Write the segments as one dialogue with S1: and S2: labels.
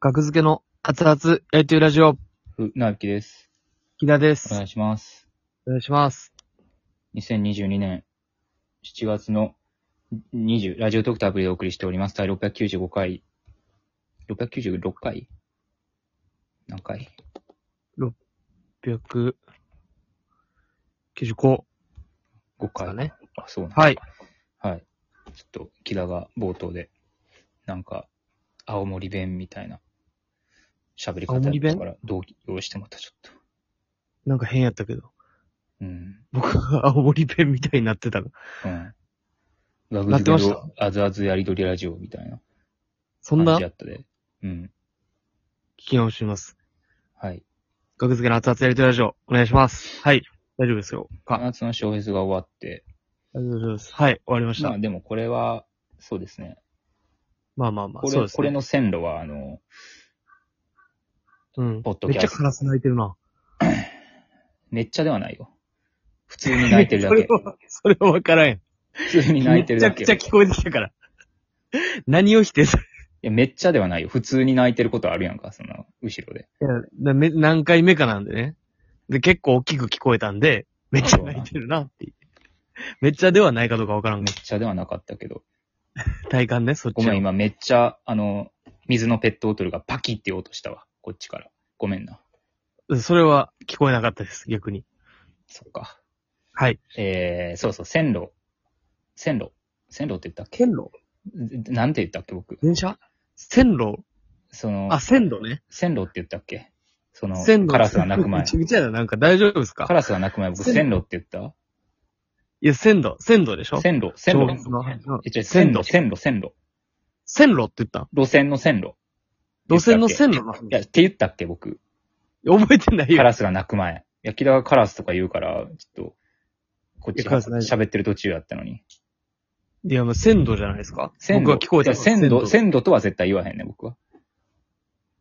S1: 学付けの熱々やりとりラジオ、
S2: ふ、なびきです。
S1: 木田で
S2: お
S1: す。
S2: 願いします。
S1: お願いします。
S2: 2022年7月の20、ラジオトークとアプリでお送りしております。第695回、696回何回
S1: 695で
S2: ?5
S1: すか
S2: 回。
S1: ね。
S2: あ、そうなんだ
S1: はい。
S2: はい。ちょっと、木田が冒頭で、なんか、青森弁みたいな、喋り方だったから、同用してまたちょっと。
S1: なんか変やったけど。
S2: うん。
S1: 僕が青森弁みたいになってたの。
S2: うん。ガ
S1: なってました
S2: あずあずやりとりラジオみたいな
S1: そん
S2: 感
S1: な
S2: じや
S1: 聞
S2: ったで。うん。
S1: き直します。
S2: はい。
S1: 学付けの熱々やりとりラジオ、お願いします。はい。大丈夫ですよ。か。
S2: 夏の小説が終わって、
S1: 大丈夫です。はい。終わりまし
S2: まあ
S1: た。
S2: でもこれは、そうですね。
S1: まあまあまあ、
S2: こ
S1: そう
S2: れ、
S1: です
S2: これ
S1: ね。
S2: の線路は、あの、
S1: うん
S2: ポッ。ド
S1: め
S2: キ
S1: っ
S2: ャ
S1: ちゃ
S2: スト
S1: カラス鳴いてるな。
S2: めっちゃではないよ。普通に泣いてるだ け
S1: そ。れは、それはわからんやん。
S2: 普通に泣いてるだけ。
S1: めちゃくちゃ聞こえてきたから。 何を否定する
S2: いや、めっちゃではないよ。普通に泣いてることあるやんか、その、後ろで。
S1: いやなめ何回目かなんでね。で、結構大きく聞こえたんで、めっちゃ泣いてるなっていう。めっちゃではないかどうかわからん
S2: め
S1: が
S2: っ、ちゃではなかったけど。
S1: 体感ね、そっ
S2: ご
S1: ち
S2: め
S1: は
S2: ん、。今めっちゃ、あの、水のペットボトルがパキっていう音したわ。こっちから。ごめんな。
S1: うんそれは聞こえなかったです、逆に。
S2: そっか。
S1: はい。
S2: えー、そうそう、線路。線路。線路って言ったっけ
S1: 線路
S2: なんて言ったっけ、僕。
S1: 電車線路
S2: その、
S1: あ、線路ね。
S2: 線路って言ったっけその、
S1: 線路。
S2: カラスが鳴く 前
S1: め。ちゃくちゃやな、なんか大丈夫です
S2: カ
S1: か
S2: ラスが鳴く前、僕、
S1: 線
S2: 線路って言っ
S1: いや、線路、線路でしょ
S2: た線路、線
S1: 上下の
S2: 路。
S1: うん
S2: え、違う、線路、
S1: 線
S2: 線路、線路。
S1: 線路って言った
S2: 路線の線路。
S1: 路線の線
S2: 路。
S1: 路の話
S2: いや、って言ったっけ、僕。
S1: 覚えてない
S2: カ
S1: よ。
S2: ラスが鳴く前。焼き田がカラスとか言うから、ちょっと、こっち
S1: いやカ
S2: が
S1: ラスない
S2: 喋ってる途中やったのに。
S1: いや、もう線路じゃないですか
S2: 線
S1: 僕
S2: 路
S1: は聞こえ
S2: いや
S1: た。
S2: 線路、線路とは絶対言わへんね、僕は。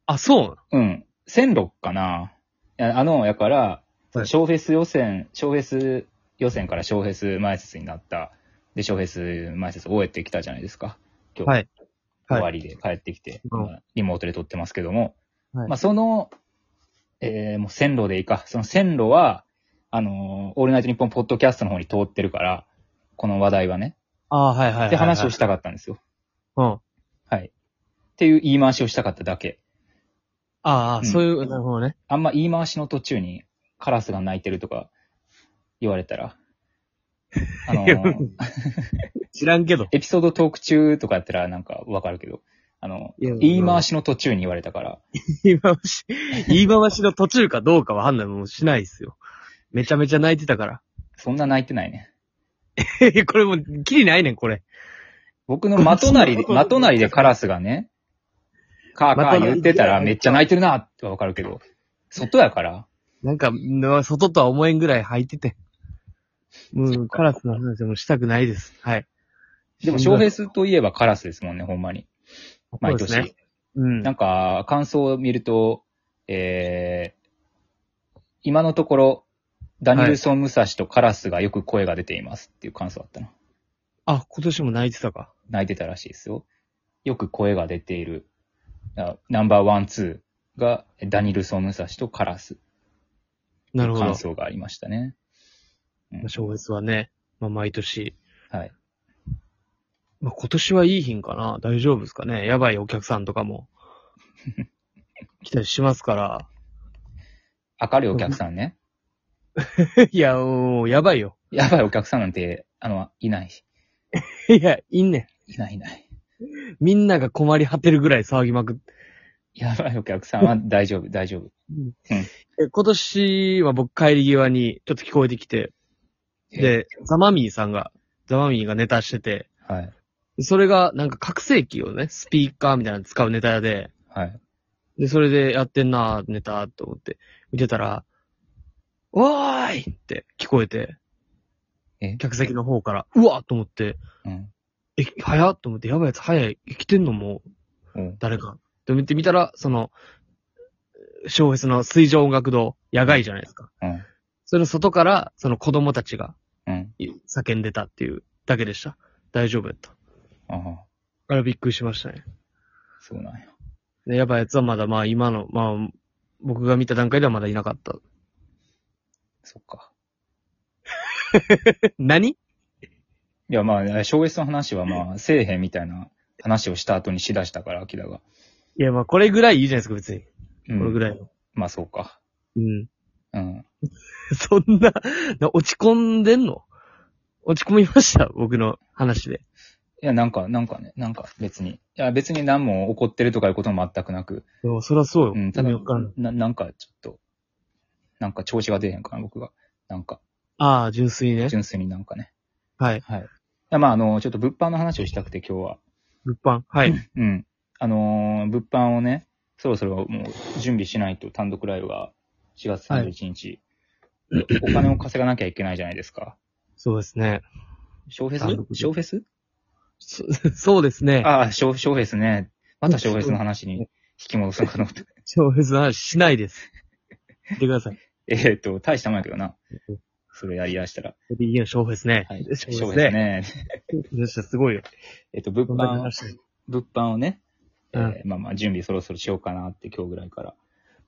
S1: あ、そうなの
S2: うん。線路かないや、あの、やから、
S1: はい
S2: 小フェス予選、小フェス予選から小フェス前説になった。で、小フェス前説終えてきたじゃないですか。今日、
S1: はいはい
S2: 終わりで帰ってきて、
S1: うん
S2: まあリモートで撮ってますけども。
S1: はい
S2: まあ、その、えー、もう線路でいいか。その線路は、あのーオールナイトニッポンポッドキャストの方に通ってるから、この話題はね。
S1: あーはいはいはいはい。
S2: って話をしたかったんですよ。
S1: うん。
S2: はい。っていう言い回しをしたかっただけ。
S1: ああ、
S2: うん
S1: そういう、なるほどね。
S2: あんま言い回しの途中にカラスが鳴いてるとか言われたら、あの、
S1: 知らんけど。
S2: エピソードトーク中とかやったらなんかわかるけど、あの、言い回
S1: し。
S2: しの途中に言われたから、
S1: 言い回し。言い回しの途中かどうかは判断もしないですよ。めちゃめちゃ泣いてたから。
S2: そんな泣いてないね。
S1: これもう、きりないねん、これ。
S2: 僕のまとな りで、
S1: こんな
S2: ま
S1: こと
S2: となりでカラスがね、カーカー言ってたらめっちゃ泣いてるなってわかるけど、外やから、
S1: なんか、の外とは思えんぐらい履いてて。も
S2: そっ
S1: う、
S2: か
S1: カラスの話はもうしたくないです。はい。
S2: でも
S1: しんど
S2: 翔
S1: い
S2: 平スといえばカラスですもんね、ほんまに。毎
S1: そうですねう
S2: 年。
S1: ん。
S2: なんか、感想を見ると、えー今のところ、ダニルソン・ムサシとカラスがよく声が出ていますっていう感想だったな。
S1: あ、今年も泣いてたか。
S2: 泣いてたらしいですよ。よく声が出ている。あナンバーワン、ツーがダニルソン・ムサシとカラス。
S1: なるほど
S2: 感。想がありましたね。うん
S1: 小説はね、まあ、毎年。
S2: はい。
S1: まあ、今年はいい品かな大丈夫ですかねやばいお客さんとか も。来たりしますから。
S2: 明るいお客さんね。
S1: いや、もう、やばいよ。
S2: やばいお客さんなんて、あの、いない。
S1: いや、いんね
S2: いないいない。
S1: ん。みんなが困り果てるぐらい騒ぎまくって。
S2: やばいお客 さんは大丈夫、大丈夫。
S1: え今年は僕帰り際にちょっと聞こえてきて、で、ザマミーさんが、ザマミーがネタしてて、
S2: えー、はい。
S1: それがなんか拡声器をね、スピーカーみたいなの使うネタで、
S2: はい。
S1: で、それでやってんなネタと思って見てたら、おーいって聞こえて
S2: え、
S1: 客席の方から、うわーと思って、
S2: うん。
S1: え、早っと思って、やばいやつ早い、生きてんのもう、
S2: うん。
S1: 誰か。で、見てみたら、その、小説の水上音楽堂、野外じゃないですか。
S2: うん。
S1: それの外から、その子供たちが
S2: うん。
S1: 叫んでたっていうだけでした。大丈夫やった。
S2: ああ、
S1: あれびっくりしましたね。
S2: そうなんや。
S1: でやばいやつはまだまあ今の、まあ、僕が見た段階ではまだいなかった。
S2: そっか。
S1: 何
S2: いや、まあ、小 S の話はまあ、せえへんみたいな話をした後にしだしたから、アキラが。
S1: いや、まあこれぐらいいいじゃないですか、別に。
S2: う
S1: こ
S2: ん。
S1: れぐらいの。
S2: まあ、そうか。
S1: うん。
S2: うん。
S1: そんな、な落ち込んでんの落ち込みました、僕の話で。
S2: いや、なんか、なんかね、なんか別に。いや、別に何も怒ってるとかいうことも全くなく。
S1: でも、そりゃそうよ。
S2: うん、ただ
S1: 意味わかんない、
S2: ななんかちょっと、なんか調子が出へんかな、僕が。なんか、
S1: ああ、純粋にね。
S2: 純粋になんかね。
S1: はい。
S2: はい。いやまあ、あの、ちょっと物販の話をしたくて、今日は。
S1: 物販。はい。
S2: うん。あのー物販をね、そろそろもう準備しないと単独ライブが4月31日、お金を稼がなきゃいけないじゃないですか。
S1: そうですね。
S2: 小フェ
S1: 単独
S2: ス
S1: で
S2: 小フェス
S1: そ そうですね。
S2: ああ、小、小フェスね。また小フェスの話に引き戻すのかと思 って。
S1: 超別な話しないです。見てください。
S2: えっと、大したもんやけどな。それやりだしたら。
S1: BD の小フェスね。
S2: はい。
S1: 小
S2: 小フ
S1: フェ
S2: ェス
S1: スね。
S2: ね。
S1: よっしゃすごいよ。
S2: えっと、物
S1: どんだけ
S2: 販を
S1: 話、してる
S2: 物販をね、えー
S1: うん
S2: まあまあ準備そろそろしようかなって今日ぐらいから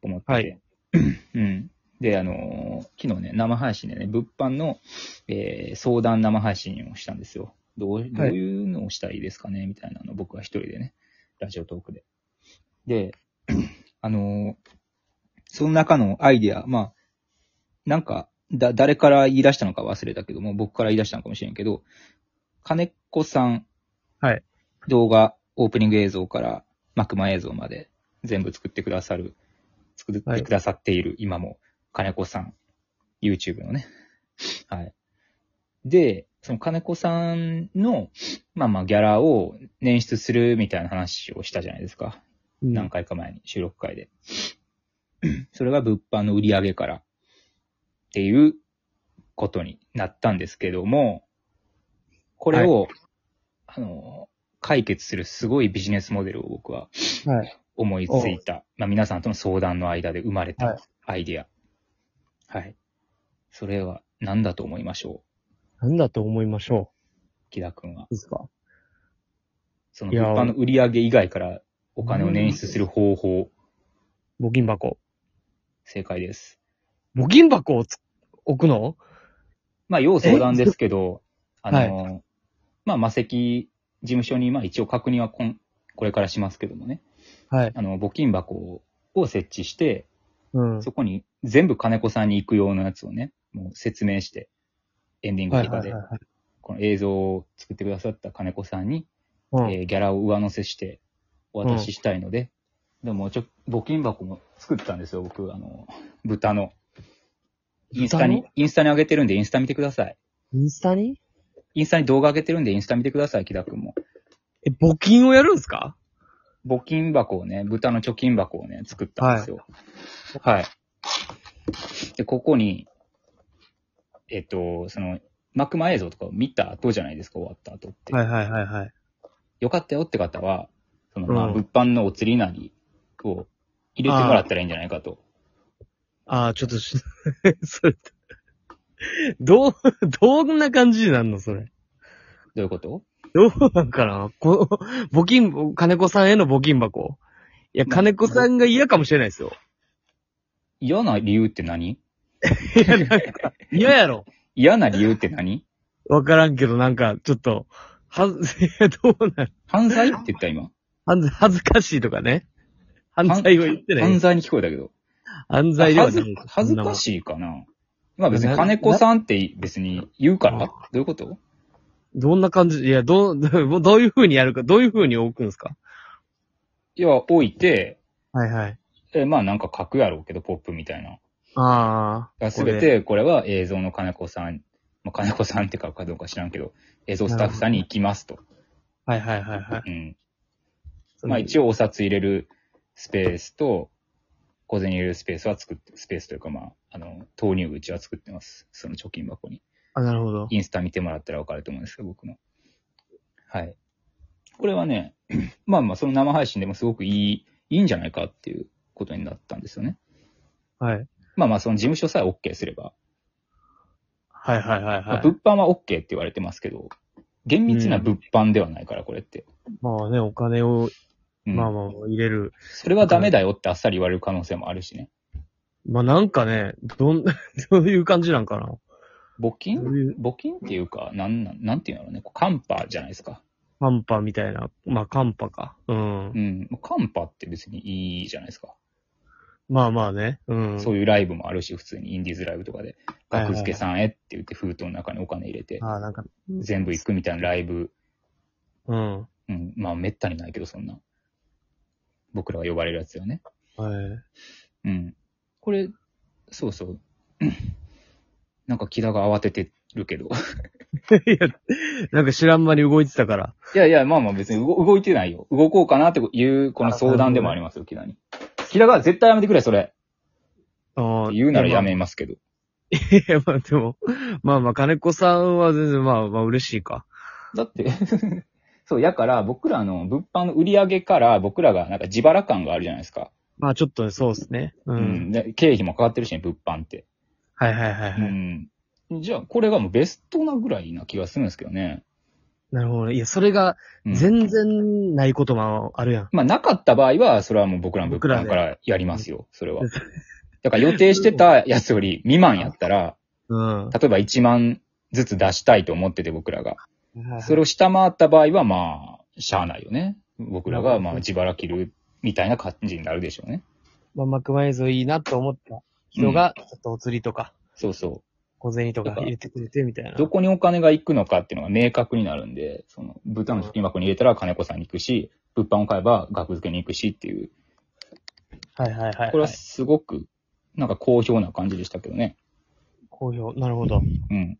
S2: 思ってて。
S1: は
S2: うん。で、あのー昨日ね、生配信でね、物販の、えー相談生配信をしたんですよ。どうどういうのをしたらいいですかね、みたいなのを僕は一人でね、ラジオトークで。で、 あのーその中のアイディア、まあ、なんか、だ、誰から言い出したのか忘れたけども、僕から言い出したのかもしれんけど、金子さん。
S1: はい
S2: 動画、オープニング映像から、マクマ映像まで、全部作ってくださる、作ってくださっている、今も、金子さん。YouTube のね。はい。で、その金子さんの、まあまあギャラを捻出するみたいな話をしたじゃないですか。
S1: うん
S2: 何回か前に、収録会で。 それが物販の売り上げからっていうことになったんですけども、これを、あの、解決するすごいビジネスモデルを僕は
S1: はい。
S2: 思いついた。まあ皆さんとの相談の間で生まれ
S1: は
S2: た
S1: い
S2: アイデア。はい。それは何だと思いましょ
S1: なんだと思いましょ
S2: う木田君は。
S1: う。ですか
S2: その
S1: いや
S2: 物販の売り上げ以外からお金を捻出する方法、
S1: 募金箱。
S2: 正解です。
S1: 募金箱をつ置くの
S2: まあ、要相談ですけど、あ
S1: は
S2: の、まあ、魔石事務所に、まあ、一応確認はこんこれからしますけどもね、
S1: はい。
S2: あの、募金箱を設置して、
S1: うん。
S2: そこに全部金子さんに行くようなやつをね、もう説明して、エンディング
S1: はい
S2: と
S1: は
S2: か
S1: い
S2: で
S1: は、い
S2: この映像を作ってくださった金子さんに、
S1: はい。うん。
S2: えーギャラを上乗せしてお渡ししたいので、でもちょ、募金箱も作ったんですよ、僕、あの、豚の。インスタ
S1: 豚
S2: に
S1: の、
S2: インスタに上げてるんで、インスタ見てください。
S1: インスタに
S2: インスタに動画上げてるんで、インスタ見てください、木田くんも。
S1: え、募金をやるんすか
S2: 募金箱をね、豚の貯金箱をね、作ったんですよ。はい。で、ここに、えっと、その、マクマ映像とかを見た後じゃないですか、終わった後って。
S1: はいはいはいはい。
S2: よかったよって方は、その、まあ、
S1: うん
S2: 物販のお釣りなりを入れてもらったらいいんじゃないかと。
S1: ああ、ちょっと し、それ、どう、どんな感じになるのそれ。
S2: どういうこと
S1: どうなんかなこの、募金、金子さんへの募金箱。いや、
S2: まあ
S1: 金子さんが嫌かもしれないですよ。
S2: 嫌な理由って何
S1: いや、なんか、嫌やろ。
S2: 嫌な理由って何
S1: わからんけど、なんか、ちょっと、はず、い やどうなん
S2: 犯罪って言っ た今。
S1: はず、恥ずかしいとかね。犯罪は言ってな
S2: 犯
S1: い。
S2: 罪に聞こえたけど。
S1: 犯罪では
S2: 恥
S1: ない
S2: ず。恥ずか
S1: い。
S2: しいかな。まあ別に金子さんって別に言うから
S1: な
S2: どういうこと
S1: どんな感じいや、どう、どうどういう風にやるか、どういう風に置くんですか
S2: 要は置いて、
S1: はいはい。
S2: えまあなんか書くやろうけど、ポップみたいな。
S1: ああ。
S2: すべてこれは映像の金子さん、まあ、金子さんって書くかどうか知らんけど、映像スタッフさんに行きますと。
S1: これ。はいはいはいはい。
S2: うん。まあ一応お札入れるスペースと、小銭入れるスペースは作って、スペースというかまあ、あの、投入口は作ってます。その貯金箱に。
S1: あ、なるほど。
S2: インスタ見てもらったらわかると思うんですけど、僕の。はい。これはね、 まあまあ、その生配信でもすごくいい、いいんじゃないかっていうことになったんですよね。
S1: はい。
S2: まあまあ、その事務所さえ OK すれば。
S1: はいはいはい
S2: まあ
S1: はい。
S2: 物販は OK って言われてますけど、厳密な物販ではないから、これって。
S1: まあね、お金を
S2: うん
S1: まあまあ、入れる。
S2: それはダメだよってあっさり言われる可能性もあるしね。
S1: まあなんかね、どん、 どういう感じなんかな。
S2: 募金
S1: どういう
S2: 募金っていうか、なんなん、なんていうんだろうね。こうカンパじゃないですか。
S1: カンパみたいな。まあカンパか。うん。
S2: うん。カンパって別にいいじゃないですか。
S1: まあまあね。うん。
S2: そういうライブもあるし、普通にインディーズライブとかで、学付けさんへって言って封筒の中にお金入れて、
S1: ああ、なんか、
S2: 全部行くみたいなライブ、
S1: うん。
S2: うん、まあ、めったにないけど、そんな。僕らが呼ばれるやつよね。
S1: はい。
S2: うん。これ、そうそう。 なんか木田が慌てて るけど。
S1: いや、なんか知らん間に動いてたから。
S2: いやいや、まあまあ別に動動いてないよ。動こうかなっていう、この相談でもありますよ、木田に。木田が絶対やめてくれ、それ。
S1: ああ
S2: 言うならや。めますけど。
S1: いや、まあ でも、まあまあ、金子さんは全然まあまあ嬉しいか。
S2: だって、 そう、やから僕らの物販の売り上げから僕らがなんか自腹感があるじゃないですか。
S1: まあちょっとね、そうですね。う。
S2: うんで経費もかかってるしね、物販って。
S1: はいはいはいは
S2: う
S1: い。
S2: ん。じゃあ、これがもうベストなぐらいな気がするんですけどね。
S1: なるほどね。いや、それが
S2: うん
S1: 全然ないこともあるやん。
S2: まあ、なかった場合は、それはもう僕らの
S1: 僕ら
S2: 物
S1: で
S2: 販からやりますよ、それは。だから予定してたやつより未満やったら、
S1: うん。
S2: 例えば1万ずつ出したいと思ってて僕らが。そ
S1: れ
S2: れを下回った場合は、まあ、しゃあないよね。僕らが、まあ、自腹切るみたいな感じになるでしょうね。
S1: まあ、マクマイズいいなと思った人が、ちょっとお釣りとか、
S2: そうそ。
S1: 小銭とか入れてくれてみたいうな。
S2: どこにお金が行くのかっていうのが明確になるんで、その、豚の貯金箱に入れたら金子さんに行くし、物販を買えば額付けに行くしっていう、
S1: はいはいはい、はい。
S2: これはすごく、なんか好評な感じでしたけどね。
S1: 好評。なるほど。
S2: うん。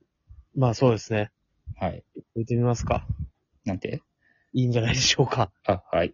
S1: まあそうですね。
S2: はい。
S1: 入れてみますか。
S2: なんて
S1: いいんじゃないでしょうか。
S2: あ、はい。